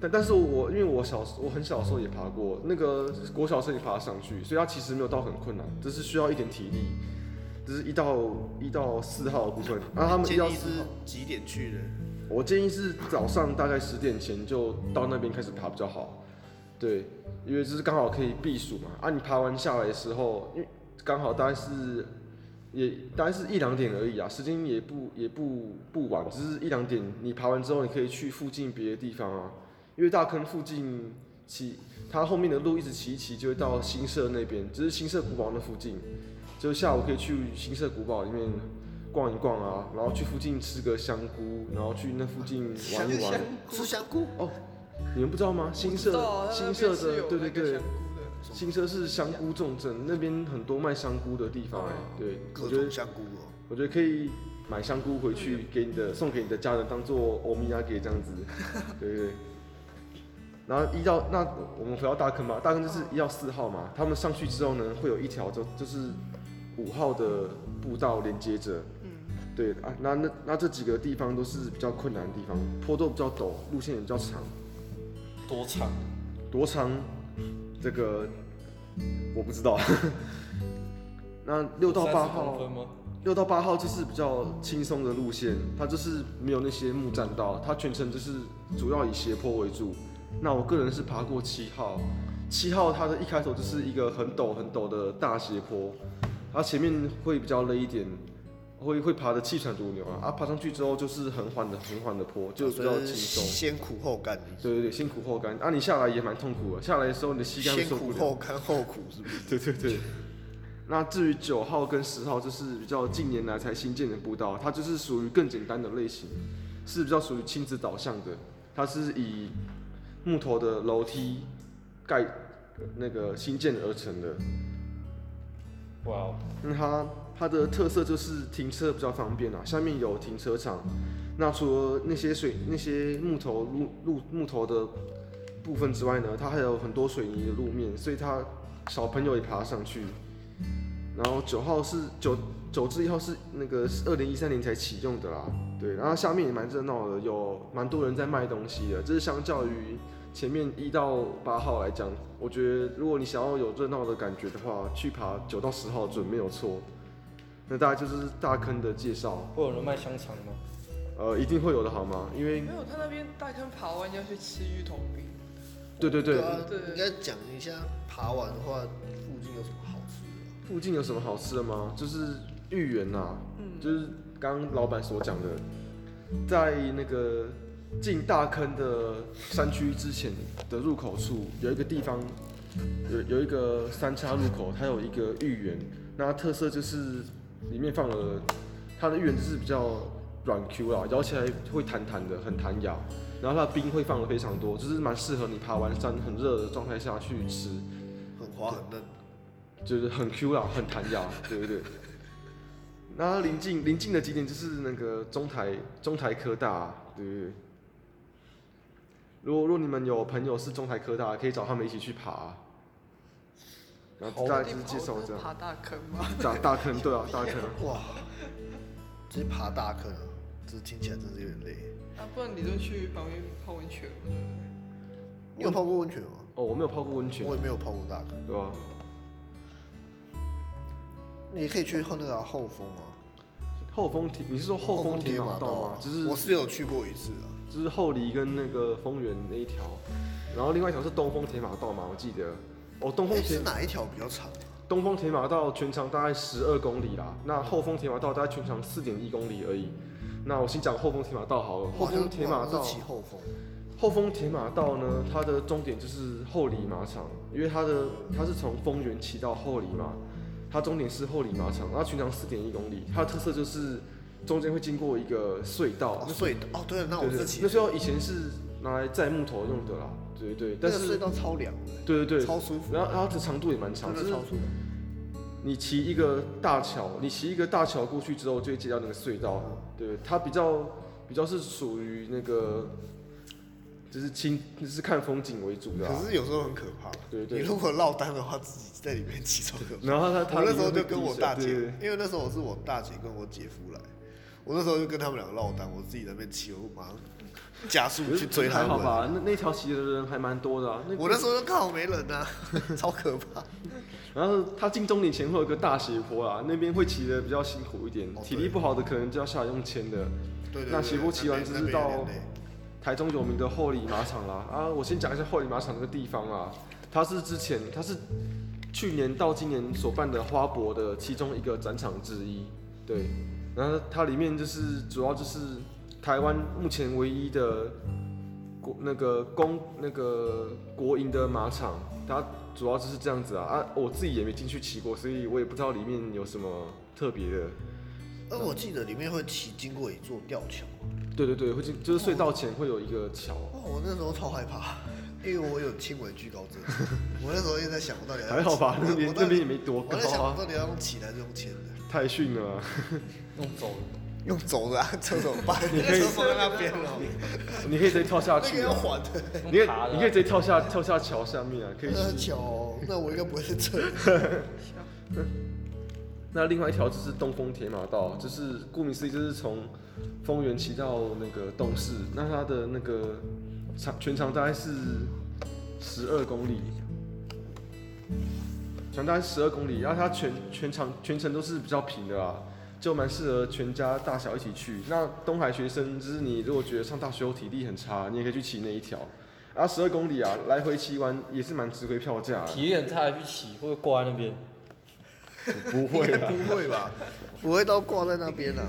但但是我因为我小时我很小的时候也爬过，那个国小生也爬得上去，所以它其实没有到很困难，只是需要一点体力。这是一到一到四号的部分，那他们一建到议四是号，几点去的？我建议是早上大概十点前就到那边开始爬比较好，对，因为这是刚好可以避暑嘛。啊，你爬完下来的时候，因为刚好大概是也大概是一两点而已啊，时间也不也不不晚，只是一两点。你爬完之后，你可以去附近别的地方啊，因为大坑附近骑，它后面的路一直骑一骑就会到新社那边，就是新社古堡那附近，就下午可以去新社古堡里面逛一逛啊，然后去附近吃个香菇，然后去那附近玩一玩。吃香菇，哦，你们不知道吗？新社新社的对对对。新社是香菇重镇，那边很多卖香菇的地方哎、对，哦各我觉得种香菇哦。我觉得可以买香菇回去给你的送给你的家人当做欧米亚给这样 子，对对对。然后一到那我们回到大坑吧，大坑哦就是一到四号嘛，他们上去之后呢，会有一条就就是五号的步道连接着，嗯，对啊，那那那这几个地方都是比较困难的地方，坡度比较陡，路线也比较长，多长？多长？这个我不知道。 那六到八30公号啊分吗？六到八号就是比较轻松的路线，它就是没有那些木栈道，它全程就是主要以斜坡为主，那我个人是爬过七号，七号它的一开头就是一个很陡很陡的大斜坡，它前面会比较累一点，会会爬的气喘如牛啊。啊，爬上去之后就是很缓的很缓的坡，就比较所以轻啊是松。先苦后甘，对对对，先苦后甘啊，你下来也蛮痛苦的，下来的时候你的膝盖会先受不苦了。后甘后苦是不是？ 对对对。那至于九号跟十号，就是比较近年来才新建的步道，它就是属于更简单的类型，是比较属于亲子导向的。它是以木头的楼梯盖那个新建而成的。哇哦，那它它的特色就是停车比较方便啊，下面有停车场。那除了那些水、那些木头路路木头的部分之外呢，它还有很多水泥的路面，所以它小朋友也爬上去。然后九号是九九至一号是那个二零一三年才启用的啦，对。然后下面也蛮热闹的，有蛮多人在卖东西的，这是相较于前面一到八号来讲，我觉得如果你想要有热闹的感觉的话，去爬九到十号准没有错。那大概就是大坑的介绍，会有人卖香肠吗？呃，一定会有的好吗？因为没有，他那边大坑爬完要去吃芋头饼，对对对，啊对，应该讲一下爬完的话，附近有什么好吃的？附近有什么好吃的吗？就是芋圆呐、啊就是刚刚老板所讲的，在那个进大坑的山区之前的入口处，有一个地方，有有一个三叉路口，它有一个芋圆，那它特色就是里面放了它的芋圆就是比较软 Q 啦，咬起来会弹弹的，很弹牙。然后它的冰会放的非常多，就是蛮适合你爬完山很热的状态下去吃。啊很滑很嫩，就是很 Q 啦，很弹牙，对不对？然后临近临近的景点就是那个中台中台科大，啊对不对？如果如果你们有朋友是中台科大，可以找他们一起去爬。啊然后大概就是介绍这样，爬大坑吗？ 大大坑对啊，大坑。哇，直接爬大坑啊，这听起来真是有点累。啊，不然你就去旁边泡温泉嘛，对不对？你有泡过温泉吗？哦，我没有泡过温泉我，也没有泡过大坑。对吧、你也可以去后那个后峰啊，后丰田，你是说后丰田马道吗？就是我是有去过一次啊。就是后里跟那个丰原那一条，然后另外一条是东风铁马道嘛，我记得。哦，东风哎铁是哪一条比较长啊？东风铁马道全长大概十二公里啦，那后丰铁马道大概全长四点一公里而已。那我先讲后丰铁马道好了，后好像丰铁马好像啊道啊是，骑后峰，后丰铁马道呢，它的终点就是后里马场，因为它的它是从丰原骑到后里嘛，它终点是后里马场，然后全长四点一公里，它的特色就是中间会经过一个隧道，哦那隧道哦，对了，那我对是对骑，那时候以前是拿来载木头用的啦，对对对，那但个隧是道超凉的，对对对，超舒服，然后然后它的长度也蛮长，真就的是超舒服。你骑一个大桥，你骑一个大桥过去之后，就会接到那个隧道。对，它比较比较是属于那个，就是亲，就是看风景为主的、啊可。是有时候很可怕。对你对。如果落单的话，自己在里面骑超可怕。然后它它我那时候就跟我大对姐对对，因为那时候我是我大姐跟我姐夫来，我那时候就跟他们两个落单，我自己在那边骑，我马上加速去追他还好们。吧？那那条骑的人还蛮多的啊。那我那时候就刚好没人啊， 超可怕。然后它进终点前会有个大斜坡啦，那边会骑的比较辛苦一点，哦对体力不好的可能就要下来用牵的。对对对，那斜坡骑完那边就是到那边有点累台中有名的后里马场啦。啊，我先讲一下后里马场这个地方啊，它是之前它是去年到今年所办的花博的其中一个展场之一，对。然后它里面就是主要就是台湾目前唯一的国那个公那个国营的马场，它主要就是这样子啊啊，我自己也没进去骑过，所以我也不知道里面有什么特别的。而呃我记得里面会骑经过一座吊桥，对对对，会进就是隧道前会有一个桥，哇，哦我那时候超害怕，因为我有轻微惧高症，我那时候一直在想，我到底要还好吧？我那边我到那边也底没多我高在想，啊我。到底要用骑的还是用牵的？太逊了啊、弄走了，用走的啊，这怎么办？你可以 车放在那边了，你可以直接跳下那个去要啊，还的。你用可以爬的啊你可以直接跳下跳下桥下面啊，可以那去。巧，那我应该不会是这里。那另外一条就是东风铁马道，就是顾名思义就是从丰原骑到那个东市，那它的那个长全长大概是十二公里，长大概十二公里，然后它全全长全程都是比较平的啦。就蛮适合全家大小一起去。那东海学生，就是你如果觉得上大学后体力很差，你也可以去骑那一条。啊，十二公里啊，来回骑完也是蛮值回票价的。体力很差还去骑，会不会挂在那边？不会啊应该啦，不会吧？不会到挂在那边啊。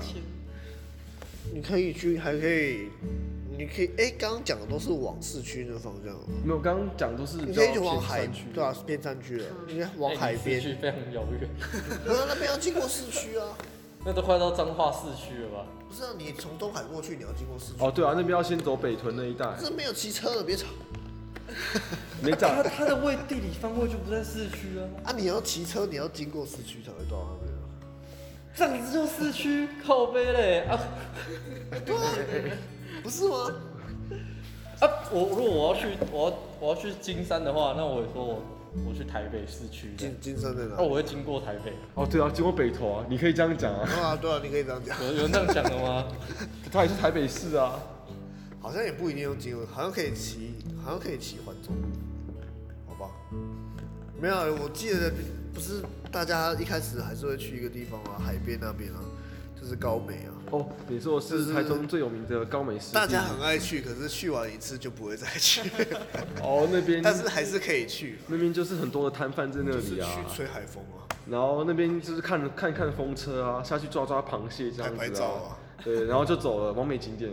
你可以去，还可以，你可以，哎、刚刚讲的都是往市区那方向，啊没有，刚刚讲都是比你较可以去偏往海山区，，对啊，偏山区了，应该往海哎边你市，区非常遥远， 可是那边要经过市区啊。那都快到彰化市区了吧？不是啊，你从东海过去，你要经过市区。哦，对啊，那边要先走北屯那一带，这没有骑车的，别吵没它讲。它的位地理方位就不在市区啊，啊！你要骑车，你要经过市区才会到那边啊。这样子就市区靠背嘞啊对啊，不是吗？啊！我如果我要去我要我要去金山的话，那我也说我我去台北市区这样，金金山在哪那？我会经过台北，哦，对啊，经过北投啊，你可以这样讲啊，对啊，对啊，你可以这样讲，有有人这样讲的 吗？它也是台北市啊。好像也不一定用经过，好像可以骑，好像可以骑环中，好吧？没有啊，我记得不是大家一开始还是会去一个地方啊，海边那边啊，就是高美啊，哦，你说的就是是台中最有名的高美湿地，大家很爱去，可是去完一次就不会再去，哦那边， 但是还是可以去，那边就是很多的摊贩在那就是里去啊，吹海风啊，然后那边就是看看看风车啊，下去抓抓螃蟹这拍样子拍照啊，对，然后就走了，完美景点。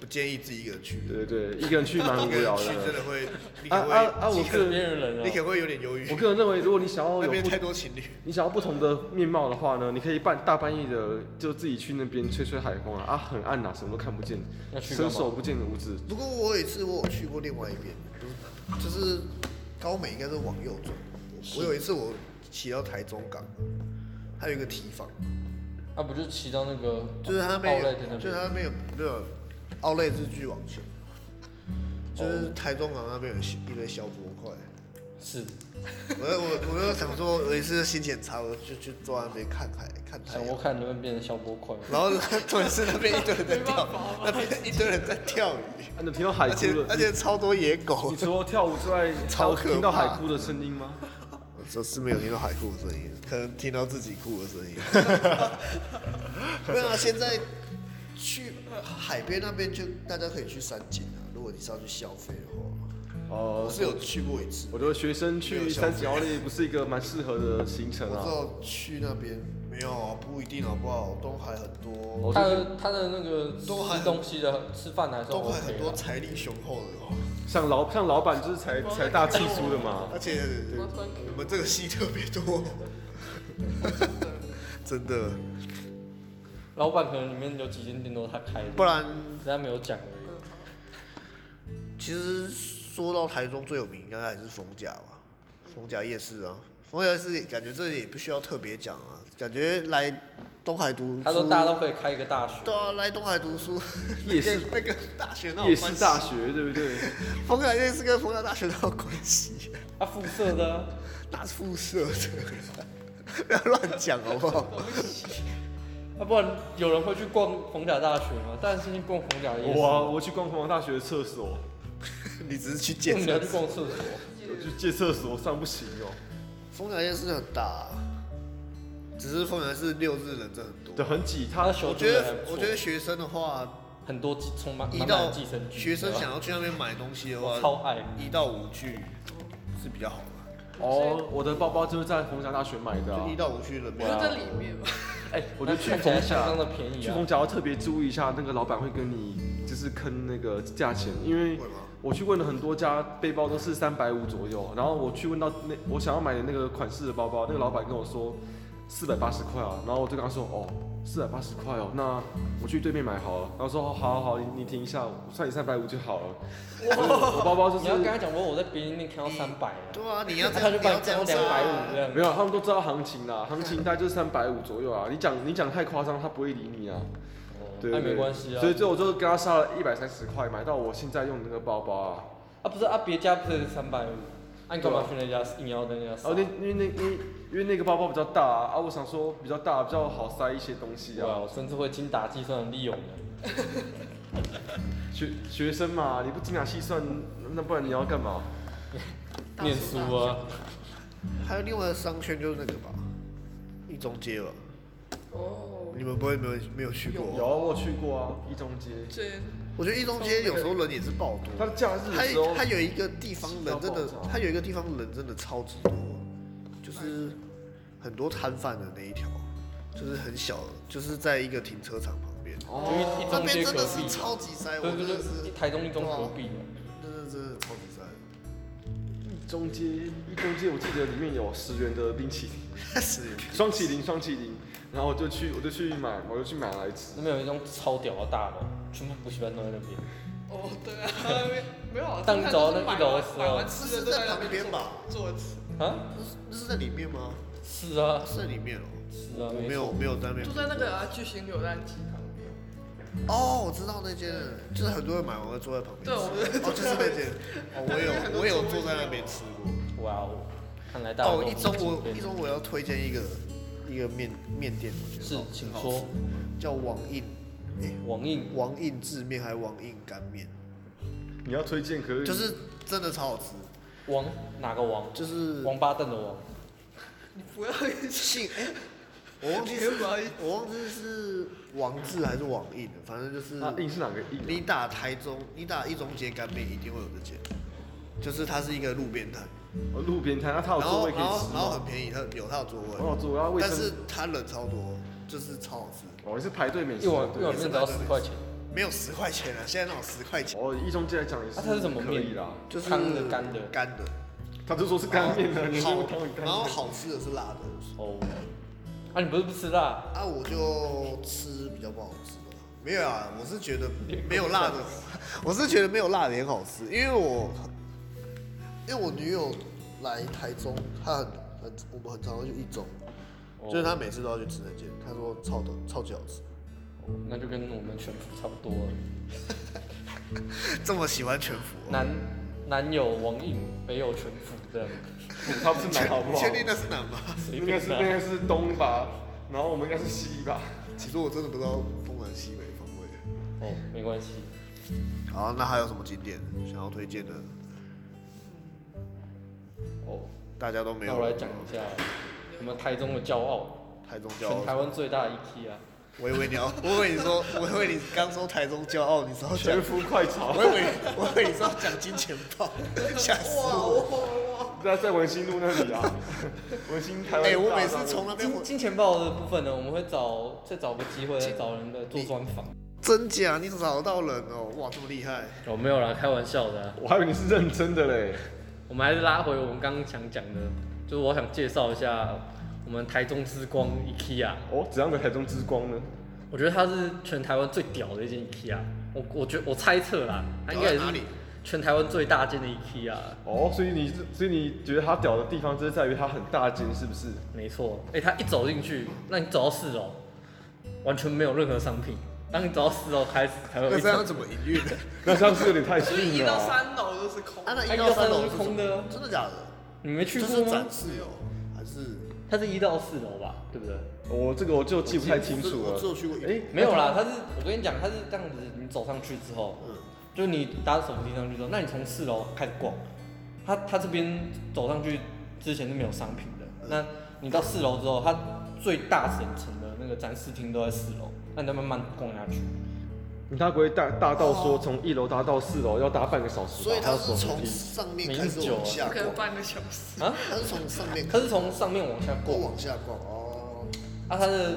不建议自己一个人去，对对对，一个人去蛮一无个聊人 去真的。的会，你啊可能啊会，啊！我我个是人边缘人你可啊，能会有点犹豫我，个人认为，如果你想要那有边不太多情侣。你想要不同的面貌的话呢，你可以半大半夜的就自己去那边吹吹海风啊，啊很暗呐、什么都看不见，要去干伸嘛手不见五指。不过我有一次我有去过另外一边，就是高美应该是往右转。我有一次我骑到台中港，还有一个提防，啊不就骑到那个就是它那边奥莱有的那，边就是它那边有那个奥莱是继续往前，哦就是台中港那边有一堆小博块。是我我我就想说，有一次心情很差，我就去坐在那边看海看太想哎我阳。看能不能变成消波块。然后突然是那边一堆人在钓，那边一堆人在钓鱼，啊，你听到海而哭且而了？且超多野狗你。除了跳舞之外，还超有可怕听到海哭的声音吗？我这是没有听到海哭的声音，可能听到自己哭的声 音。没有啊，现在去海边那边就大家可以去山景啊，如果你是要去消费的话，我哦、是有去过一次，我觉得学生没有去消费三井奥利不是一个蛮适合的行程我知啊。道去那边没有啊，不一定好不好？东海很多，我他觉得的他的那个东海吃东西的吃饭还是东 OK 海啊很多啦财力雄厚的哦，像老像老板就是财财大气粗的嘛。而且我突然我们这个戏特别多，真的，老板可能里面有几间店都是他开的，不然只是他没有讲而已。其实说到台中最有名，应该还是逢甲吧，逢甲夜市啊，逢甲夜市感觉这里也不需要特别讲啊，感觉来东海读书，他说大家都可以开一个大学，对啊，来东海读书，夜 市那个大学那夜市大，学对不对？逢甲夜市跟逢甲大学哪有关系？ 啊，附设的啊、那是附设的， 不要乱讲好不好？啊，不然有人会去逛逢甲大学吗？当然是去逛逢甲夜市。我啊我去逛凤凰大学的厕所，你只是去为什见么要证去。逛厕所？我去借厕所上不行哦、逢甲夜市很大、啊，只是逢甲夜市六日人真的很对，多。很挤。他它的修我筑觉得还得不，错我觉得学生的话，很多寄充满一满满到的寄生剧，学生对吧想要去那边买东西的我话，超爱。一到五去是比较好的，哦，我的包包就是在凤凰大学买的、啊啊就一。到五去人比我较就好在里面吧，哎、我觉得那去看起来逢甲相当的便宜去啊逢。甲要特别注意一下，那个老板会跟你就是坑那个价钱，因为会吗？我去问了很多家，背包都是三百五左右，然后我去问到那我想要买的那个款式的包包，那个老板跟我说四百八十块啊，然后我就跟他说哦。四百八十块哦，那我去对面买好了。然后说哦好好好，你你停一下，我算你三百五就好了。我包包就你要是跟他讲说我在别人店看到三百了，对啊，你要这他样，就你把要你这讲样两百五这啊。样。没有，他们都知道行情啦，行情大概就是三百五左右啊。你讲你讲太夸张，他不会理你啊。对那对没关系啊所以最后我就跟他杀了一百三十块，买到我现在用的那个包包啊。啊，不是啊，别家不是三百五，啊，你干嘛去那家硬要在那家杀？哦，那因为那因为因为那个包包比较大啊，啊我想说比较大比较好塞一些东西哇，啊。我甚至会精打细算的利用的。学学生嘛，你不精打细算，那不然你要干嘛？念书啊，还有另外的商圈就是那个吧，一中街吧，哦，你们不会没有没有去有过？啊，我有去过啊，一中街，这我觉得一中街有时候人也是爆多它的，的假日它的时候它有一个地方人真的吃到爆，炸它有一个地方人真的超级多，就是很多摊贩的那一条，就是很小，就是在一个停车场旁边，就哦一一那中边街真隔的是壁，超级塞，我对真对的是对，，台哦中一中隔壁，真的真的超级塞，一中街，一中街，我记得里面有十元的冰淇淋， 是双淇淋，双淇淋，然后我就去，我就去买，我就去买来吃那。边有一栋超屌的大楼，全部补习班都在那边。哦，对啊，没没有啊， 当你走到那他一就是楼的买完时候买完吃是的都在那旁边吧？坐坐吃，啊，那是那是在里面吗？是啊，是在里面哦。是啊，我没没有错我没有在那边就在那个啊巨型扭蛋机旁边。哦，我知道那间了，就是很多人买完会坐在旁边吃。对我们哦，就是那 间。哦，我有我有坐在那边吃过。哇哦，看来大家都，哦一中很我敬佩一中我要推荐一个一个面面店，我觉得是好请好吃说叫王印网印王印制面还是王印干面，你要推荐可以，就是真的超好吃，王哪个王？就是 王八蛋的王，你不要啊姓哎、我忘记是我忘记是王字还是王印了，反正就是它啊硬是哪个硬、你打台中，你打一中街干面一定会有的间，就是它是一个路边摊，哦路边摊，那它有然座后位可以然后吃然后吗？很便宜，它有它有座很好位，座位，它卫但生是它人超多，就是超好吃，哦，也是排队啊美食一碗一对碗面只要十块钱，没有十块钱啊，现在那种十块钱哦，一中街来讲也是啊它是什么可以面啦，就是汤的干的干的，他就说是干面的，你好说汤很干然后面。好吃的是辣的，哦。啊，你不是不吃辣？啊我就吃比较不好吃的，没有啊，我是觉得没有辣的， 我是觉得没有辣的也很好吃，因为我因为我女友来台中，她很很我们很常去一中。哦就是他每次都要去吃那间，他说超的超级好吃， 那就跟我们全部差不多了。这么喜欢全福、哦南南有王印，北有全福这样，他不是南好不你好？确定那是南吗？ 随应该便是应拿。该是东吧，然后我们应该是西吧。其实我真的不知道东南西北方位。哦，没关系。好，那还有什么景点想要推荐的？哦，大家都没那我来有。讲一下我们台中的骄傲，台中骄全台傲，湾最大的 IKEA。我以为你 要，我以为你说，我以为你刚说台中骄傲，你是要讲全，夫快炒我，以为我以为你是要讲金钱豹，吓死我！那在文心路那里 啊，文心啊台湾大哎，道路。我每次从那边金回，金钱豹的部分呢，我们会找再找个机会来找人的做专访。真假你找得到人哦，哇，这么厉害！哦，没有啦，开玩笑的啊、我还以为你是认真的嘞。我们还是拉回我们刚刚想讲的，就是我想介绍一下我们台中之光 IKEA。哦，怎样的台中之光呢？我觉得它是全台湾最屌的一间 IKEA。我我觉我猜测啦，它应该也屌在哪是里全台湾最大间的 IKEA。哦，所以你是所以你觉得它屌的地方就是在于它很大间，是不是？没错，哎、它一走进去，那你走到四楼，完全没有任何商品。当你走到四楼开始，才会有那呃一啊这层样怎么营 运？那像是有点太就是逊一了到啊。三楼都是空啊，，那哎一一到到三三楼楼是什么空的啊真的假的？你没去就过是吗展？示有还是它是一到四楼吧，对不对？我哦这个我就记不太清楚我只有了。去过一哎，没有啦，它是我跟你讲，它是这样子，你走上去之后，嗯就你搭手机上去之后，那你从四楼开始逛，它它这边走上去之前是没有商品的，那你到四楼之后，它最大整层的那个展示厅都在四楼，那你再慢慢逛下去。他不会大大到说从一楼搭到四楼要搭半个小时吧？所以他他要走是楼从梯。上面开始往下可能逛，半个小时。他是从上面它是从上面往下过逛，往下逛哦。啊，它的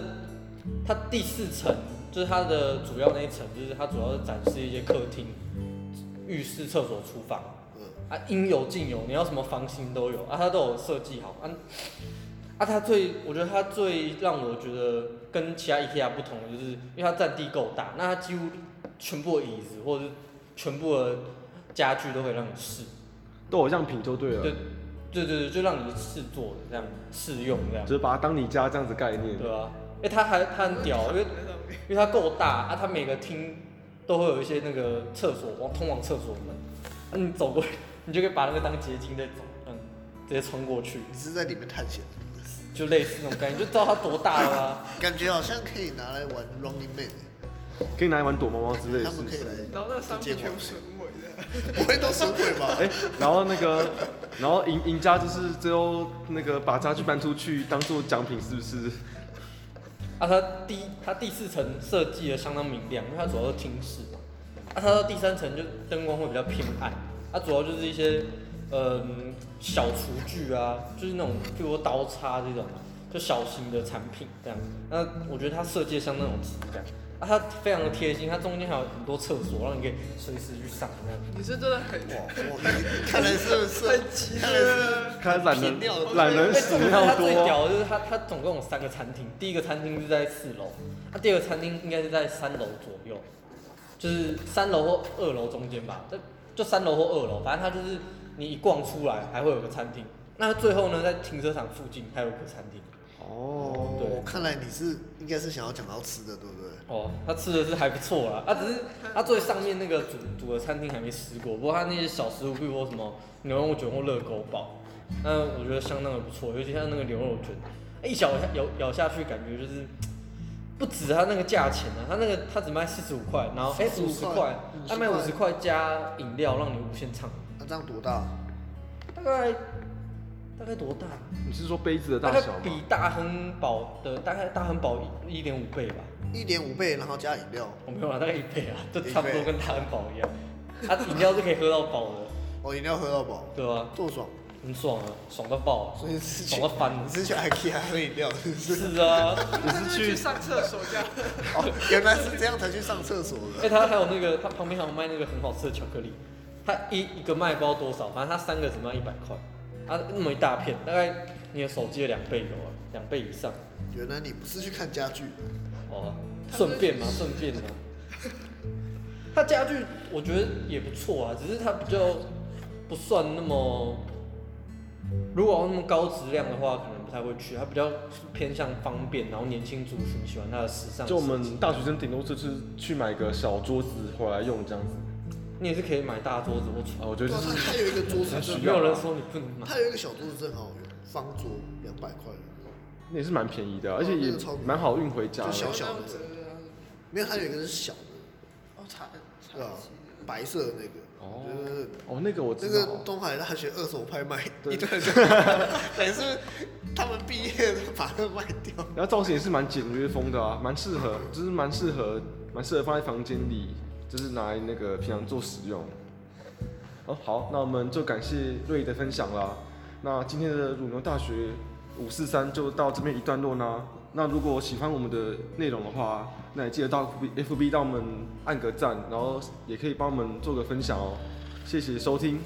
它第四层就是它的主要那一层，就是它主要是展示一些客厅、浴室、厕所、厨房，嗯，啊，应有尽有，你要什么房型都有啊，它都有设计好啊。啊，它最我觉得它最让我觉得跟其他 IKEA 不同的，就是因为它占地够大，那它几乎全部的椅子或者是全部的家具都可以让你试，都有样品就对啊了对，对对对，就让你试做这样试用这样就，是把它当你家这样子概念。对啊，哎、它还它很屌，因为因为它够大啊，它每个厅都会有一些那个厕所往通往厕所的门，啊、你走过去， 你就可以把那个当捷径在走，嗯，直接穿过去，你是在里面探险，就类似那种感觉，就知道它多大了啊。感觉好像可以拿来玩 Running Man，可以拿来玩躲猫猫之类的，他是们不可以是？来然后那个商直品接全逛部损毁的，不会都神鬼吧？哎、然后那个， 然后赢赢家就是最后那个把家具搬出去当做奖品，是不是？啊，它第一它第四层设计的相当明亮，因为它主要是厅室嘛。啊，它到第三层就灯光会比较偏暗，它、主要就是一些嗯小厨具啊，就是那种譬如说刀叉这种，就小型的产品这样。那我觉得它设计的相当有质感。啊，它非常的贴心，它中间还有很多厕所，让你可以随时去上这样。你是真的很哇，我看来是是很急看来是的，看来懒偏掉了人懒人哎屎重点是要它最多，屌的就是它，它总共有三个餐厅，第一个餐厅是在四楼，它、第二个餐厅应该是在三楼左右，就是三楼或二楼中间吧，就就三楼或二楼，反正它就是你一逛出来还会有个餐厅。那最后呢，在停车场附近还有一个餐厅。哦，对哦，看来你是应该是想要讲到吃的，对不对？哦，它吃的是还不错啦，它、只是它最上面那个煮煮的餐厅还没吃过，不过它那些小食物，比如说什么牛肉卷或热狗堡，那我觉得相当的不错，尤其像那个牛肉卷，一咬下咬咬下去，感觉就是不止它那个价钱啊，它那个它只卖四十五块，然后哎五45十块，它卖五50十块加饮料让你无限畅饮，那这样多大？大概大概多大？你是说杯子的大大概小吗？比大亨堡的大概大亨堡一点五倍吧。一点五倍，然后加饮料。我没有啊，大概一倍啊，就差不多跟大汉堡一样。它饮料是可以喝到饱的，哦，饮料喝到饱，对吧、多爽！很爽啊，爽到爆、啊，所以是去爽到翻了你。是去 IKEA 喝饮料，是不是？是啊，他就是去上厕所 这样。哦，原来是这样才去上厕所哎、的。它还有那个，它旁边还有卖那个很好吃的巧克力，它一一个卖不知道多少，反正它三个只卖一百块，它那么一大片，大概你的手机的两倍有啊，两倍以上。原来你不是去看家具，哦，顺便嘛，顺 便嘛。它家具我觉得也不错啊，只是它比较不算那么，如果要那么高质量的话，可能不太会去。它比较偏向方便，然后年轻族群喜欢它的时尚设计。就我们大学生顶多就是去买个小桌子回来用这样子。你也是可以买大桌子或啊，，床我觉对得就啊，是它它有一个桌子需真要没有人说你不能买。它有一个小桌子正好用，方桌两百块，那也是蛮便宜的，啊哦而且也那个超便宜蛮好运回家就小的。小的没有，它有一个是小的，哦，茶茶对啊 几白色的那个，我觉得哦，那个我知那个道，东海大学二手拍卖对一堆人在 买，但是 他们毕业都把它卖掉。 然后造型也是蛮简约风的啊，蛮适合，就是蛮适合，蛮适合放在房间里，就是拿来那个平常做使用。哦，好，那我们就感谢瑞的分享啦。那今天的乳牛大学五四三就到这边一段落呢。那如果喜欢我们的内容的话，那也记得到 FB FB 到我们按个赞，然后也可以帮我们做个分享哦。谢谢收听，